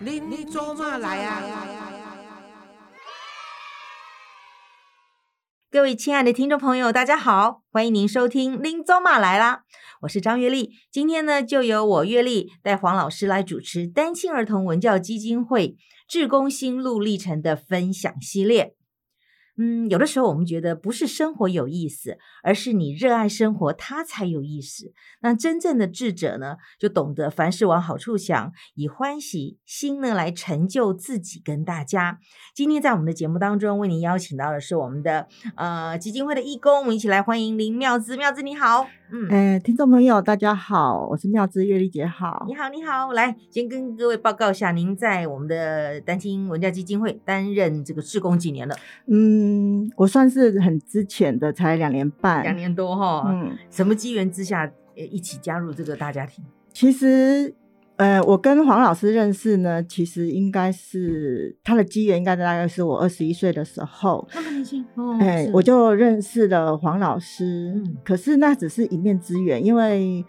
您您做嘛来啊？各位亲爱的听众朋友，大家好，欢迎您收听《林走马来啦》，我是张月丽。今天呢，就由我月丽带黄老师来主持单亲儿童文教基金会志工心路历程的分享系列。嗯，有的时候我们觉得不是生活有意思，而是你热爱生活，它才有意思。那真正的智者呢，就懂得凡事往好处想，以欢喜心呢来成就自己跟大家。今天在我们的节目当中，为您邀请到的是我们的呃基金会的义工，我们一起来欢迎林妙姿。妙姿你好，嗯，哎，听众朋友，大家好，我是妙芝月丽姐好你。好你好，来先跟各位报告一下，您在我们的单亲文教基金会担任这个志工几年了？嗯，我算是很之前的，才两年半。两。年哦多哈、嗯，什么机缘之下呃一起加入这个大家庭？其实，呃，我跟黄老师认识呢，其实应该是他的机缘，应该大概是我二十一岁的时候。那么年轻哦哎、我就认识了黄老师，嗯可是那只是一面之缘，因为，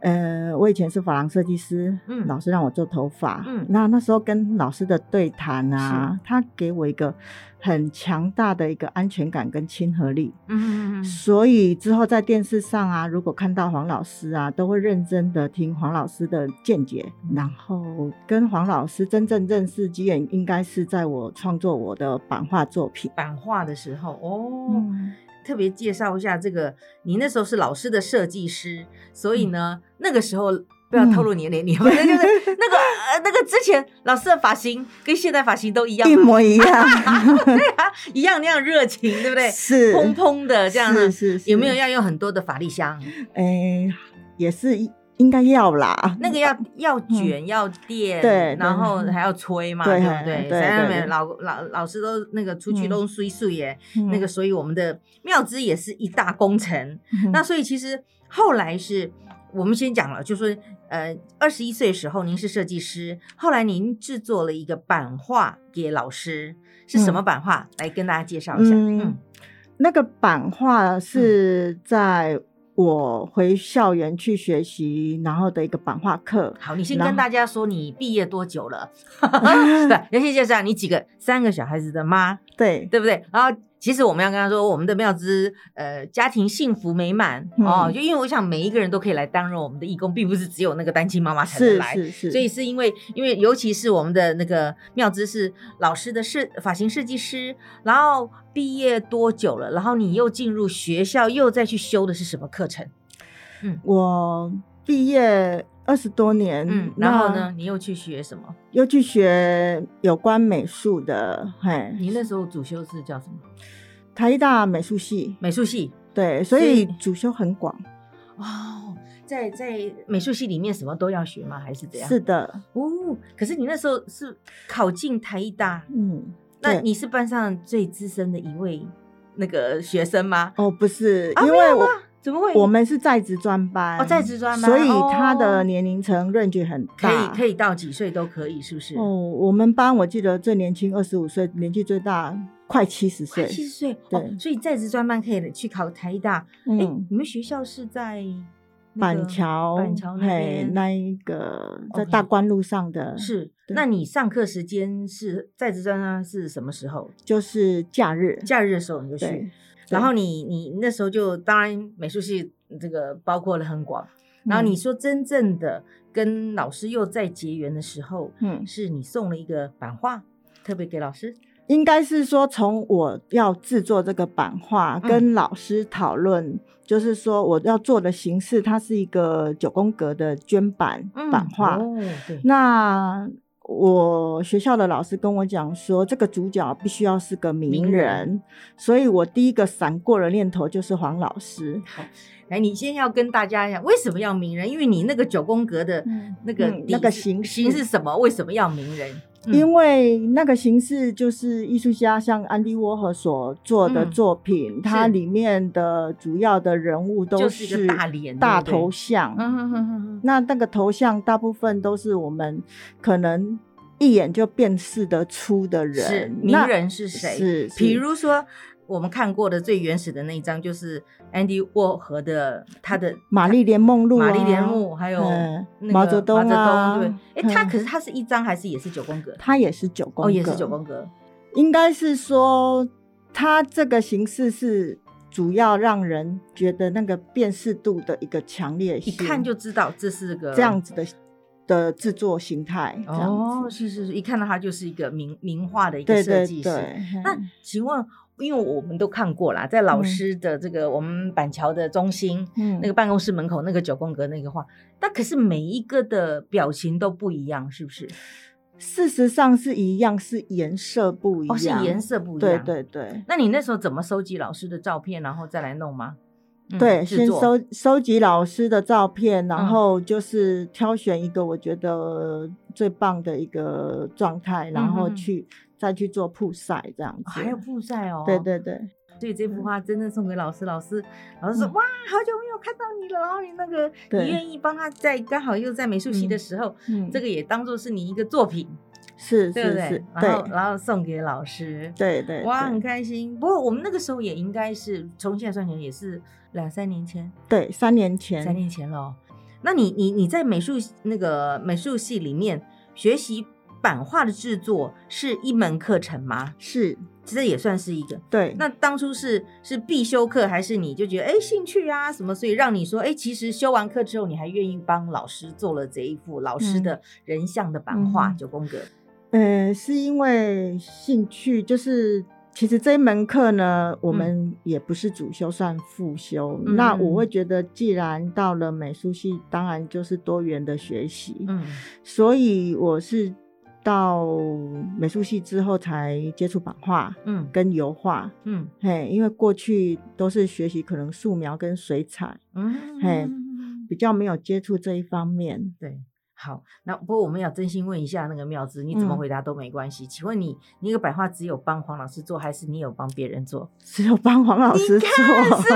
呃，我以前是发廊设计师，嗯老师让我做头发，嗯那那时候跟老师的对谈啊，他给我一个很强大的一个安全感跟亲和力，嗯嗯嗯所以之后在电视上啊，如果看到黄老师啊，都会认真的听黄老师的见解，嗯然后跟黄老师真正认识机缘，应该是在我创作我的版画作品。版画的时候哦。嗯特别介绍一下这个，你那时候是老师的设计师，所嗯以呢，那个时候不要透露年龄，你反正就是那个呃那个之前老师的发型跟现在发型都一样一嘛，模一样，对啊，一样那样热情，对不 对？是蓬蓬的这样啊是子，是是有没有要用很多的法力香？哎、也是一应该要啦。那个要要卷，要垫，啊嗯对对嗯然后还要吹嘛，对哎不对？对对在那对边老老老师都那个出去嗯都碎碎耶，嗯那个，所以我们的妙之也是一大工程。嗯那所以其实后来是我们先讲了，就说呃，二十一岁的时候您是设计师，后来您制作了一个版画给老师，是什么版画？来跟大家介绍一下。嗯嗯那个版画是在我回校园去学习，然后的一个版画课。好，你先然跟后大家说你毕业多久 了？对，人先介绍啊你几个三个小孩子的妈，对，对不对？然后其实我们要跟他说，我们的妙之呃家庭幸福美满、哦，嗯就因为我想每一个人都可以来担任我们的义工，并不是只有那个单亲妈妈才能是来，是是，所以是因为，因为尤其是我们的那个妙芝是老师的设发型设计师，然后毕业多久了？然后你又进入学校，又再去修的是什么课程？我毕业二十多年，嗯，然后呢，，你又去学什么？又去学有关美术的，嘿，你那时候主修是叫什么？台大美术系，美术系对，所所以以主修很广，哦，在在美术系里面什么都要学吗？还是怎样？是的，哦，可是你那时候是考进台艺大，嗯，那对你是班上最资深的一位那个学生吗？哦，不是，啊因没为有我吗怎么会？我们是在职专班哦在职专班所以他哦的年龄层 range 很可大，以可以到几岁都可以，是不是？哦，我们班我记得最年轻二十五岁，年纪最大快七十快岁，七十岁哦，对所以在职专班可以去考台大。哎、嗯，你们学校是在、那个板桥板桥那嘿边那一个在 OK 大关路上的，是？对那你上课时间是在职专班是什么时候？就是假日，假日的时候你就去对，然对后你你那时候就当然美术系这个包括了很广。然后嗯你说真正的跟老师又再结缘的时候，嗯，是你送了一个版画特别给老师，应该是说，从我要制作这个版画，嗯跟老师讨论，就是说我要做的形式，它是一个九宫格的绢版版画。哦，对，那我学校的老师跟我讲说，这个主角必须要是个名名人，人所以我第一个闪过的念头就是黄老师。来，哎你先要跟大家讲为什么要名人，因为你那个九宫格的嗯那个嗯底那个是形形式是什么？为什么要名人？嗯因为那个形式就是艺术家像安迪沃荷所做的嗯作品，它是里面的主要的人物都就是一个大脸大对不对头像。嗯哼哼哼哼那那个头像大部分都是我们可能一眼就辨识得出的人，是那名人是谁？是，比是如说我们看过的最原始的那一张，就是安迪沃荷的他的玛丽莲梦露、啊，玛丽莲梦，还有嗯那个毛泽东啊毛泽东对，哎，他嗯可是他是一张还是也是九宫格？它也是九宫哦，格，也是九宫格，应该是说，它这个形式是主要让人觉得那个辨识度的一个强烈一性，看就知道这是个这样子的的制作形态，这样哦，子，是是是，一看到它就是一个名名画的一个对设对计师。对，那嗯请问，因为我们都看过啦，在老师的这个、我们板桥的中心。嗯那个办公室门口那个九宫格那个画，但可是每一个的表情都不一样，是不是？事实上是一样，是颜色不一样，哦，是颜色不一对样。。嗯对对。那你那时候怎么收集老师的照片，然后再来弄吗？嗯对，制先作收收集老师的照片，嗯然后就是挑选一个我觉得最棒的一个状态，然后嗯嗯嗯去再去做曝晒这样子。哦还有布晒哦。对对对，所以这幅画真的送给老师，老师老师说、嗯哇，好久没有看到你了，然后你那个对你愿意帮他在刚好又在美术系的时候，嗯这个也当做是你一个作品，是对不是对？是，然后对然后送给老师，对对，哇，对很开心。不过我们那个时候也应该是从现在算起来也是两三年前，对，三年前，三年前了。那你你你在美术那个美术系里面学习版画的制作是一门课程吗？是，其实也算是一个。对，那当初是是必修课，还是你就觉得哎兴趣啊什么，所以让你说哎，其实修完课之后，你还愿意帮老师做了这一幅老师的人像的版画嗯九宫格，呃，是因为兴趣，就是其实这一门课呢，我嗯们也不是主修，算副修。嗯那嗯我会觉得，既然到了美术系，当然就是多元的学习。嗯所以我是到美术系之后才接触版画嗯跟油画，嗯嘿，因为过去都是学习可能素描跟水彩，嗯，嘿比较没有接触这一方面。对。好，那不过我们要真心问一下那个妙芝，你怎么回答都没关系。请问你，你那个版画只有帮黄老师做，还是你有帮别人做？只有帮黄老师你做，看是不是？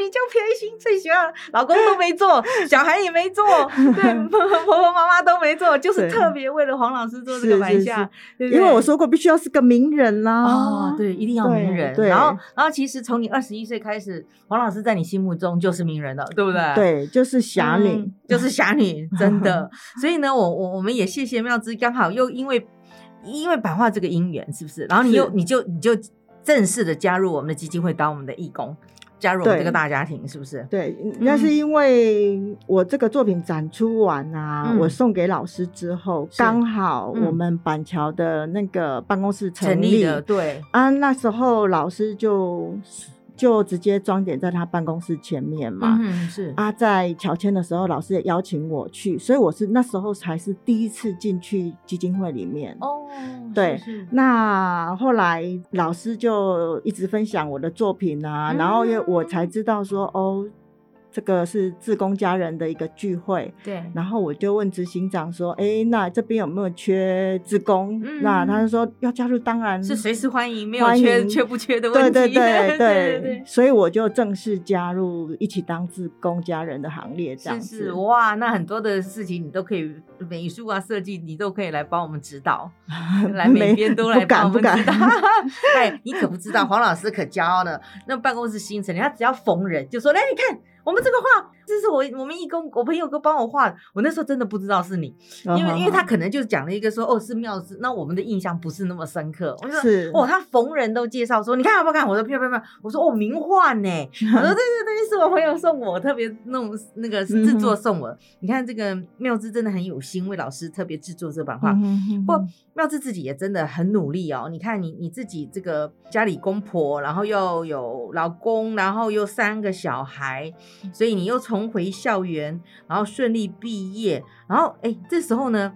你就偏心最喜欢，老公都没做，小孩也没做，对， 婆婆妈妈都没做，就是对特别为了黄老师做这是个是玩笑，对不 因为对我。说过必须要是个名人啦、哦，对，一定要名对人。对然后，然后其实从你二十一岁开始，黄老师在你心目中就是名人了，对不对？，对，就是侠女， 嗯就是侠女，真的。所以呢，我我我们也谢谢妙芝，刚好又因为因为版画这个姻缘，是不是？然后你又是你就你就正式的加入我们的基金会，当我们的义工，加入我们对这个大家庭，是不是？对，那嗯是因为我这个作品展出完啊，嗯我送给老师之后，是刚好嗯我们板桥的那个办公室成立立的，对，啊，那时候老师就就直接装点在他办公室前面嘛。嗯，是啊，在乔迁的时候，老师也邀请我去，所以我是那时候才是第一次进去基金会里面。哦，对是是那后来老师就一直分享我的作品啊，嗯然后因为我才知道说哦，这个是志工家人的一个聚会，对，然后我就问执行长说，哎，那这边有没有缺志工？嗯那他就说要加入，当然是随时欢迎，没有欢缺迎缺不缺的问对题，对对 对对对对，。所以我就正式加入一起当志工家人的行列，这样是子。是哇，那很多的事情你都可以，美术啊、设计你都可以来帮我们指导， 来每没边都不来帮敢我们不 指导敢。 哎，你可不知道，黄老师可骄傲了。那办公室新成立，他只要逢人就说：“来，你看我们这个画，这是我我们义工，我朋友哥帮我画的。”我那时候真的不知道是你，因嗯为因为他可能就讲了一个说：“哦，是妙子。”那我们的印象不是那么深刻。我就说是哦，他逢人都介绍说，你看要不要看？我说不要不要不要，我说哦，名画 呢？我说对对对，是我朋友送我，特别弄那嗯个制作送我。你看这个妙芝真的很有心，为老师特别制作这版画。不不，妙芝自己也真的很努力哦。你看你你自己这个家里公婆，然后又有老公，然后又三个小孩，嗯所以你又重回校园，然后顺利毕业，然后哎，这时候呢，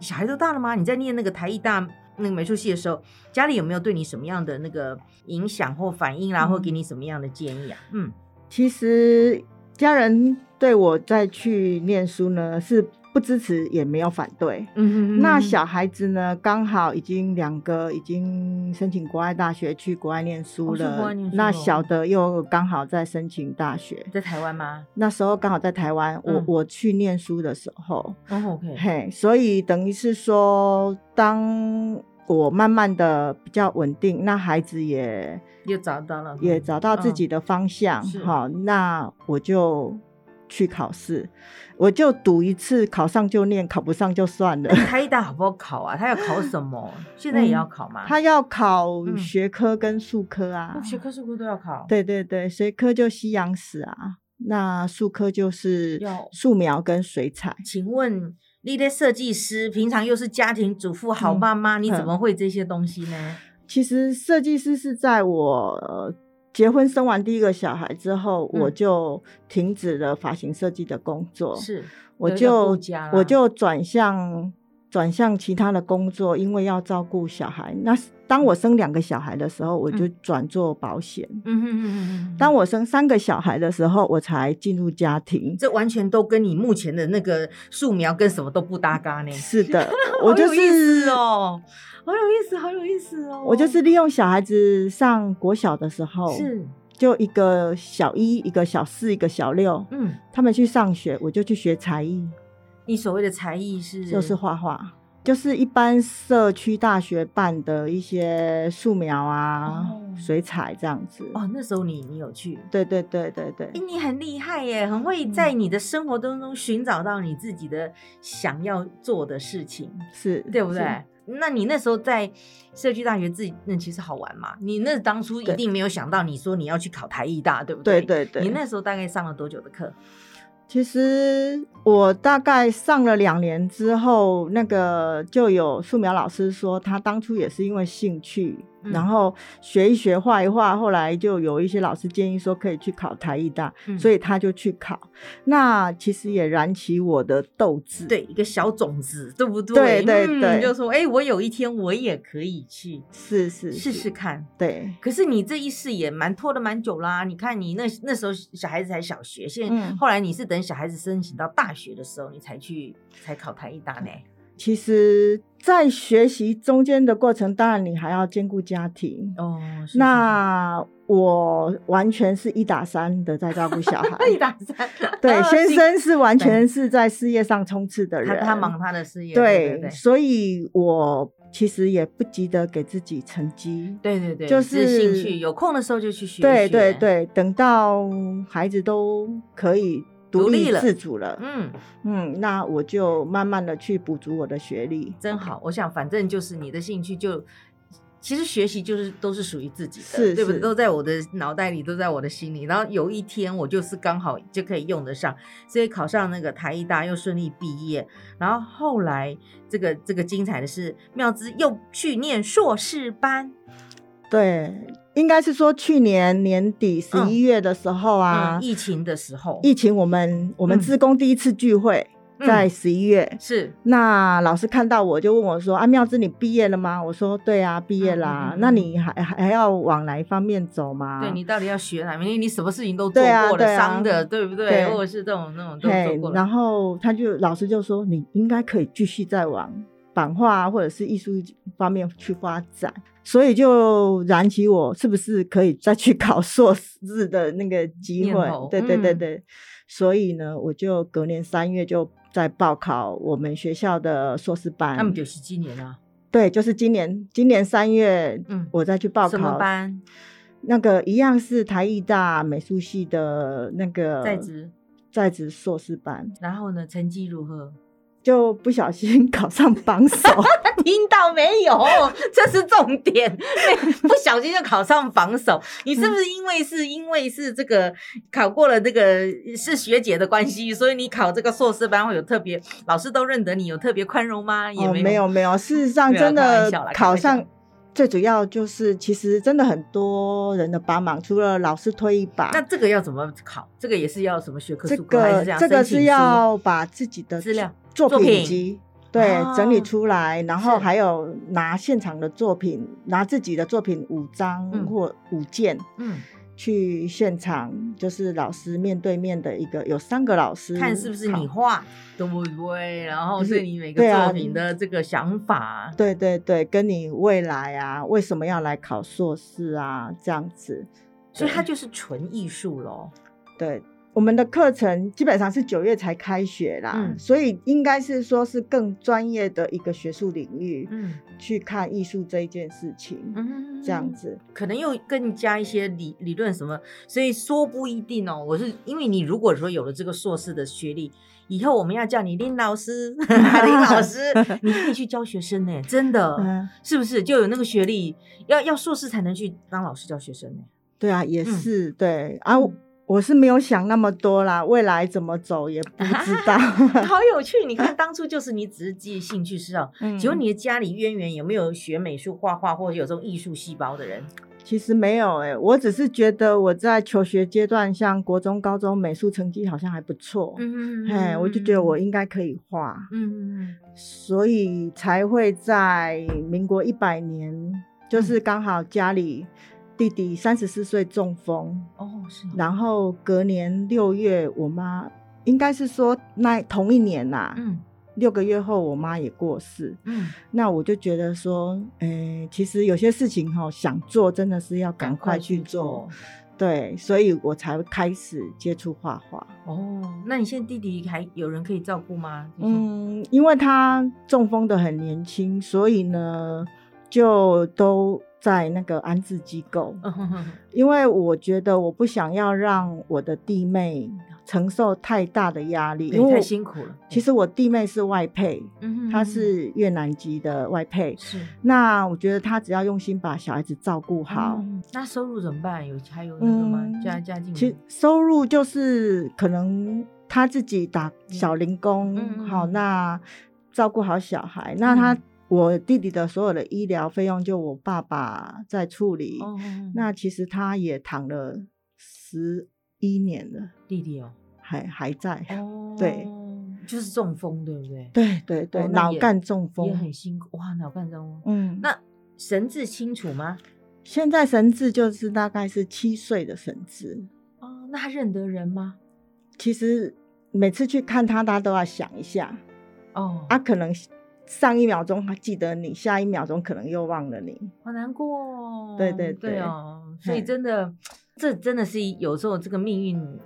小孩都大了吗？你在念那个台艺大那个美术系的时候，家里有没有对你什么样的那个影响或反应啦、啊嗯或给你什么样的建议啊？嗯，其实家人对我再去念书呢是不支持也没有反对。嗯那小孩子呢，刚好已经两个已经申请国外大学去国外念书哦去了，国外念书那哦小的又刚好在申请大学。在台湾吗？那时候刚好在台湾，我、嗯我去念书的时候，哦，OK、o k 嘿，所以等于是说，当我慢慢的比较稳定，那孩子也又找到了，嗯也找到自己的方向嗯是，好、那我就去考试，我就赌一次，考上就念，考不上就算了。 台大好不好考啊？他要考什么？现在也要考吗？他要考嗯学科跟术科啊，哦学科数科都要考，，对对对，学科就西洋史啊，那术科就是要素描跟水彩。请问你的设计师平常又是家庭主妇、好嗯妈妈，你怎嗯么会这些东西呢？其实设计师是在我呃结婚生完第一个小孩之后，我嗯就停止了发型设计的工作，是，我有一个就顾家啦我就转向转向其他的工作，因为要照顾小孩。那当我生两个小孩的时候，我就转做保险。嗯哼哼哼哼哼当我生三个小孩的时候，我才进入家 庭。这完全都跟你目前的那个素描跟什么都不搭嘎呢。，是的我 就好有意思是哦，好有意思，好有意思哦。我就是利用小孩子上国小的时候，是，就一个小一、一个小四、一个小六，嗯，他们去上学，我就去学才艺，你所谓的才艺是就是画画，就是一般社区大学办的一些素描啊、哦水彩这样子。哦，那时候你你有去。嗯对对对对对哎，，你很厉害耶，很会在你的生活当中寻找到你自己的想要做的事情，是，对不是对？？那你那时候在社区大学自己，那其实好玩嘛。你那当初一对定没有想到，你说你要去考台艺大，对不对对对对，你那时候大概上了多久的课？其实我大概上了两年之后，那个就有素描老师说，他当初也是因为兴趣，嗯然后学一学画一画，后来就有一些老师建议说可以去考台艺大，嗯所以他就去考。那其实也燃起我的斗志，，对，一个小种子，对不对？对对对嗯、就说哎、我有一天我也可以去是是试试，看。对，可是你这一试也蛮拖了蛮久啦，你看你那那时候小孩子才小学，现在、嗯后来你是等小孩子申请到大学的时候，你才去才考台艺大呢。其实，在学习中间的过程，当然你还要兼顾家庭。哦，是是那我完全是一打三的在照顾小 孩，是 一打三， 啊对，先是生是完全是在事业上冲刺的他人，他忙他的事业，对对对所以我其实也不急得给自己成绩。对对对，就只兴是趣，有空的时候就去学一对学，对，对，等到孩子都可以独独立立了自主了，嗯。嗯，那我就慢慢的去补足我的学历。真好。我想，反正就是你的兴趣就。其实学习就是都是属于自己的，是对不对？是都在我的脑袋里，都在我的心里。然后有一天我就是刚好就可以用得上，所以考上那个台艺大又顺利毕业。然后后来这个这个精彩的是，妙芝又去念硕士班，对，应该是说去年年底十一月的时候啊，嗯，疫情的时候，疫情我们我们嗯职工第一次聚会、嗯在十一月，是那老师看到我就问我说：“啊，妙芝，你毕业了吗？”我说：“对啊，毕业嗯啦。嗯嗯那你还还还要往哪一方面走吗？”对你到底要学哪？因为你什么事情都做对啊过了，对啊商的，啊对不对？对或者是这种那种都做嘿过，了然，后他就老师就说：“你应该可以继续再往版画啊或者是艺术方面去发展。”所以就燃起我是不是可以再去考硕士的那个机念会头？对对对嗯对。所以呢，我就隔年三月就再报考我们学校的硕士班。那么就是今年啊，对，就是今年，今年三月，嗯我再去报什么考班？那个一样是台艺大美术系的那个在职。在职硕士班，然后呢，成绩如何？ 就不小心 考上榜首。听到没有？ 这是重点。 不小心就考上榜首，你是不是因为是因为是这个考过了这个是学姐的关系，所以你考这个硕士班会有特别老师都认得你，有特别宽容吗？ 也哦，没有，没有没有，事实上没有啦真开玩的笑啦开考玩笑上，最主要就是其实真的很多人的帮忙，除了老师推一把，那这个要怎么考？这个也是要什么学科这数科还个是样这个申请是书要把自己的资料作作品品集对、哦整理出来，然后是还有拿现场的作品，拿自己的作品五张嗯或五件。嗯，去现场，就是老师面对面的一个，有三个老师，看是不是你嗯好？画对不对？然后不是对你每个对啊作品的这个想法，对对对，跟你未来啊，为什么要来考硕士啊？这样子，所以它对就是纯艺术喽。对我们的课程基本上是九月才开学啦，嗯所以应该是说是更专业的一个学术领域、嗯去看艺术这一件事情，嗯这样子。可能又更加一些理理论什么，所以说不一定哦。我是因为你如果说有了这个硕士的学历，以后我们要叫你林老师， 林老 师，你可以去教学生呢、真的，嗯，是不是就有那个学历？要要硕士才能去当老师教学 生呢、对啊，也嗯是、对啊。嗯我是没有想那么多啦，未来怎么走也不知啊道。好有趣！你看当初就是你只是基于兴趣是啊， 嗯请问你的家里渊源有没有学美术、画画或者有这种艺术细胞的人？其实没有诶、我只是觉得我在求学阶段，像国中、高中美术成绩好像还不错，嗯嘿，我就觉得我应该可以画，嗯嗯所以才会在民国一百年，就是刚好家里弟弟三十四岁中风，哦是然后隔年六月，我妈应该是说那同一年呐、嗯六个月后我妈也过世，嗯那我就觉得说，诶、其实有些事情哈、想做真的是要赶快去做，对，所以我才开始接触画画。哦。那你现在弟弟还有人可以照顾吗？就是，嗯，因为他中风的很年轻，所以呢，就都在那个安置机构。嗯哼哼哼因为我觉得我不想要让我的弟妹承受太大的压力，因你为太我辛苦了。其实我弟妹是外配，嗯，嗯她是越南籍的外配。是那我觉得她只要用心把小孩子照顾好，嗯那收入怎么办？有还有那个吗？嗯家家境其实收入就是可能他自己打小零工，嗯嗯好嗯那照顾好小孩，那他、嗯我弟弟的所有的医疗费用就我爸爸在处理，哦，那其实他也躺了十一年了，弟弟哦，还还在，哦对，就是中风，对不对？对对对，哦那脑也干中也风，很辛苦哇，脑干中风。嗯，那神志清楚吗？现在神智就是大概是七岁的神智，哦，那他认得人吗？其实每次去看他，他都要想一下，哦，啊，可能上一秒钟还记得你，下一秒钟可能又忘了你。好难过哦。对对对对哦，所以嘿真的，这真的是有时候这个命运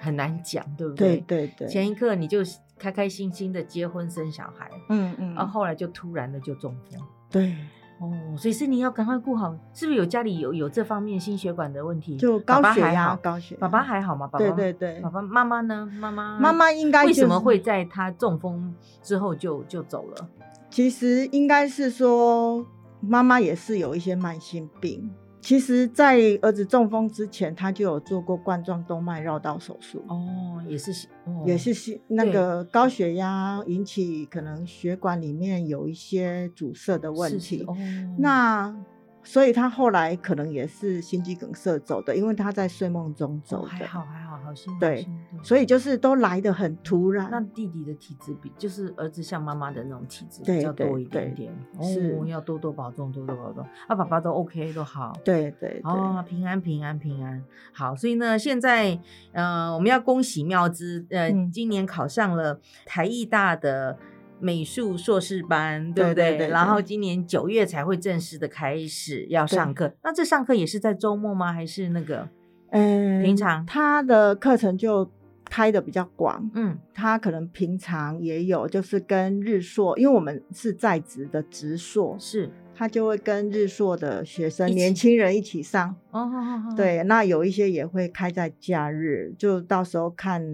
很难讲，对不对对对，前一刻你就开开心心的结婚生小孩，嗯嗯然后后来就突然的就中风。对，哦，所以是你要赶快顾好，是不是有家里有有这方面心血管的问题？就爸高爸血还压，好高血压，爸爸还好吗？爸爸对对对爸，爸妈妈呢？妈妈妈妈应该为什就么是会在他中风之后就就走了？其实应该是说妈妈也是有一些慢性病。其实，在儿子中风之前，他就有做过冠状动脉绕道手术，哦，也是，哦、也是心那对个高血压引起可能血管里面有一些阻塞的问是题。是哦，那所以他后来可能也是心肌梗塞走的，因为他在睡梦中哦走还的，好还好，好心对，好心所以就是都来得很突那然。弟弟的体质比就是儿子像妈妈的那种体质对比较对多一点对点，是哦，要多多保重，多多保重。啊，爸爸都 OK 都好，对对对，哦，平安平安平安，好，所以呢，现在呃，我们要恭喜妙之，呃，嗯今年考上了台艺大的美术硕士班，对不对对对然对后今年九月才会正式的开始要上课，那这上课也是在周末吗？还是那个？嗯，平常他的课程就开的比较广，嗯，他可能平常也有就是跟日硕，因为我们是在职的职硕，是，他就会跟日硕的学生一起年轻人一起上。哦，好好好对，那有一些也会开在假日，就到时候看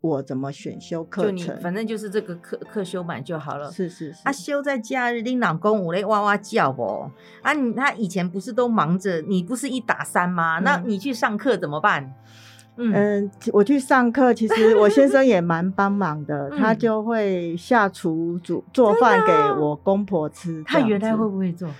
我怎么选修就课你程。反正就是这个课课修版就好了。是是是，啊，休在假日，你老公有咧哇哇叫不？啊你，他以前不是都忙着，你不是一打三吗？那嗯你去上课怎么办？嗯，嗯，其我去上课，其实我先生也蛮帮忙的，嗯啊 他就会下厨煮做饭给我公婆吃。他这样原来子会不会做？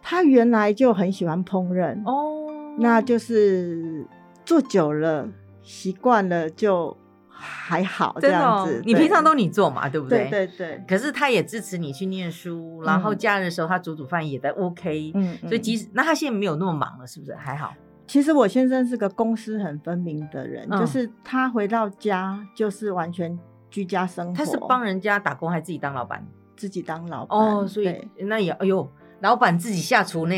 他原来就很喜欢烹饪，哦，那就是做久了习惯了就还好这真的、欸样哦子。，你对平常都你做嘛，对不对对对对，可是他也支持你去念书，然后嗯假日的时候他煮煮饭也在 OK，、嗯，所以嗯即使那他现在没有那么忙了，是不是还好？其实我先生是个公私很分明的人，嗯就是他回到家就是完全居家生活，他是帮人家打工还是自己当老板？自己当老板哦，所以对那也哎呦，老板自己下 厨呢，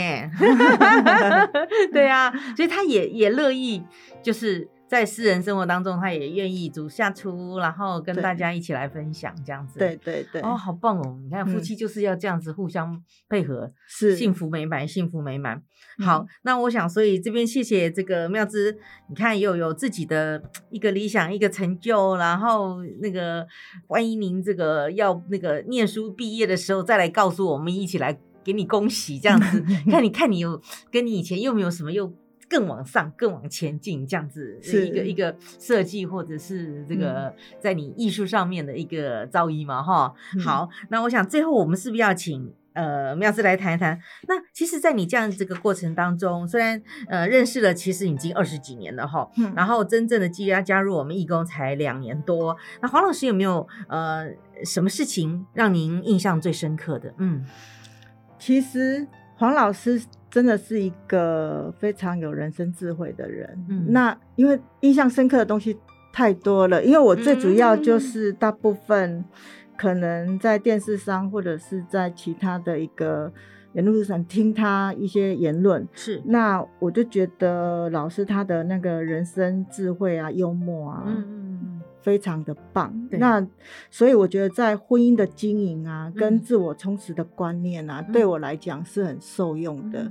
对啊，所以他也也乐意，就是在私人生活当中，他也愿意煮下厨，然后跟对大家一起来分享这样子。对，对对，哦，好棒哦！你看，夫嗯妻就是要这样子互相配合，是幸福美满，幸福美满。嗯好，那我想，所以这边谢谢这个妙芝，你看又有自己的一个理想，一个成就，然后那个欢迎您这个要那个念书毕业的时候再来告诉我们，一起来给你恭喜这样 子。看你看你有跟你以前又没有什么又。更往上，更往前进，这样子是一个一个设计，或者是这个在你艺术上面的一个造诣嘛，哈、嗯好，那我想最后我们是不是要请呃妙思来谈一谈？那其实，在你这样这个过程当中，虽然呃认识了，其实已经二十几年了哈，嗯然后真正的积压加入我们义工才两年多。那黄老师有没有呃什么事情让您印象最深刻的？嗯，其实黄老师真的是一个非常有人生智慧的人。嗯那因为印象深刻的东西太多了，因为我最主要就嗯是大部分可能在电视上或者是在其他的一个言论上听他一些言论，是那我就觉得老师他的那个人生智慧啊、幽默啊，嗯非常的棒。对那所以我觉得在婚姻的经营啊，跟嗯自我充实的观念啊，嗯对我来讲是很受用的。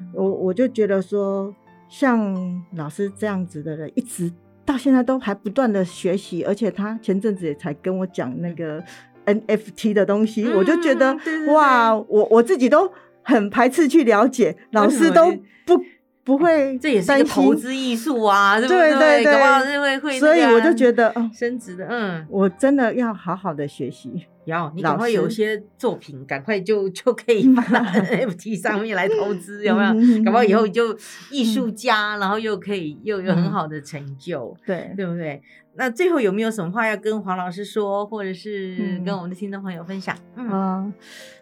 嗯我我就觉得说，像老师这样子的人，一直到现在都还不断的学习，而且他前阵子也才跟我讲那个 NFT 的东西，嗯我就觉得嗯嗯对对对哇，我我自己都很排斥去了解，老什么师都呢哎不不会，这也是一个投。资艺术啊，对不对对搞对不好是会会那个啊、所以我就觉得哦升值的，嗯，我真的要好好的学习。要你老赶快有一师些作品，赶快就就可以放到 NFT 上面来投资，有没有？嗯嗯搞不好以后就艺术家，然后又可以又有很好的成就，对，对不对？那最后有没有什么话要跟黄老师说，或者是嗯跟我们的听众朋友分享？嗯，啊、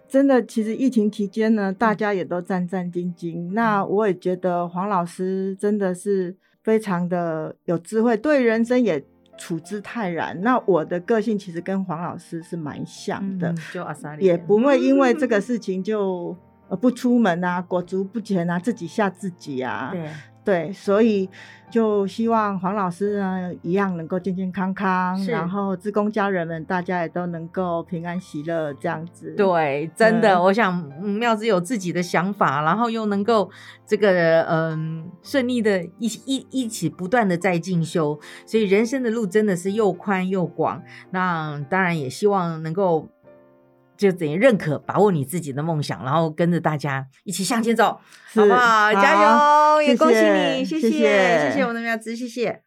真的，其实疫情期间呢，大家也都战战兢兢。嗯那我也觉得黄老师真的是非常的有智慧，对人生也处之泰然。那我的个性其实跟黄老师是蛮像的，嗯就阿萨里也不会因为这个事情就。呃，不出门啊，裹足不前啊，自己吓自己啊，对，对，所以就希望黄老师呢一样能够健健康康，是然后志工家人们大家也都能够平安喜乐这样子。对，真的，嗯我想嗯妙子有自己的想法，然后又能够这个嗯顺利的一起一一起不断的在进修，所以人生的路真的是又宽又广。那当然也希望能够就等于认可把握你自己的梦想，然后跟着大家一起向前走，是，好不好？加油！也谢恭喜谢你，谢谢谢谢谢我们的妙子，谢谢。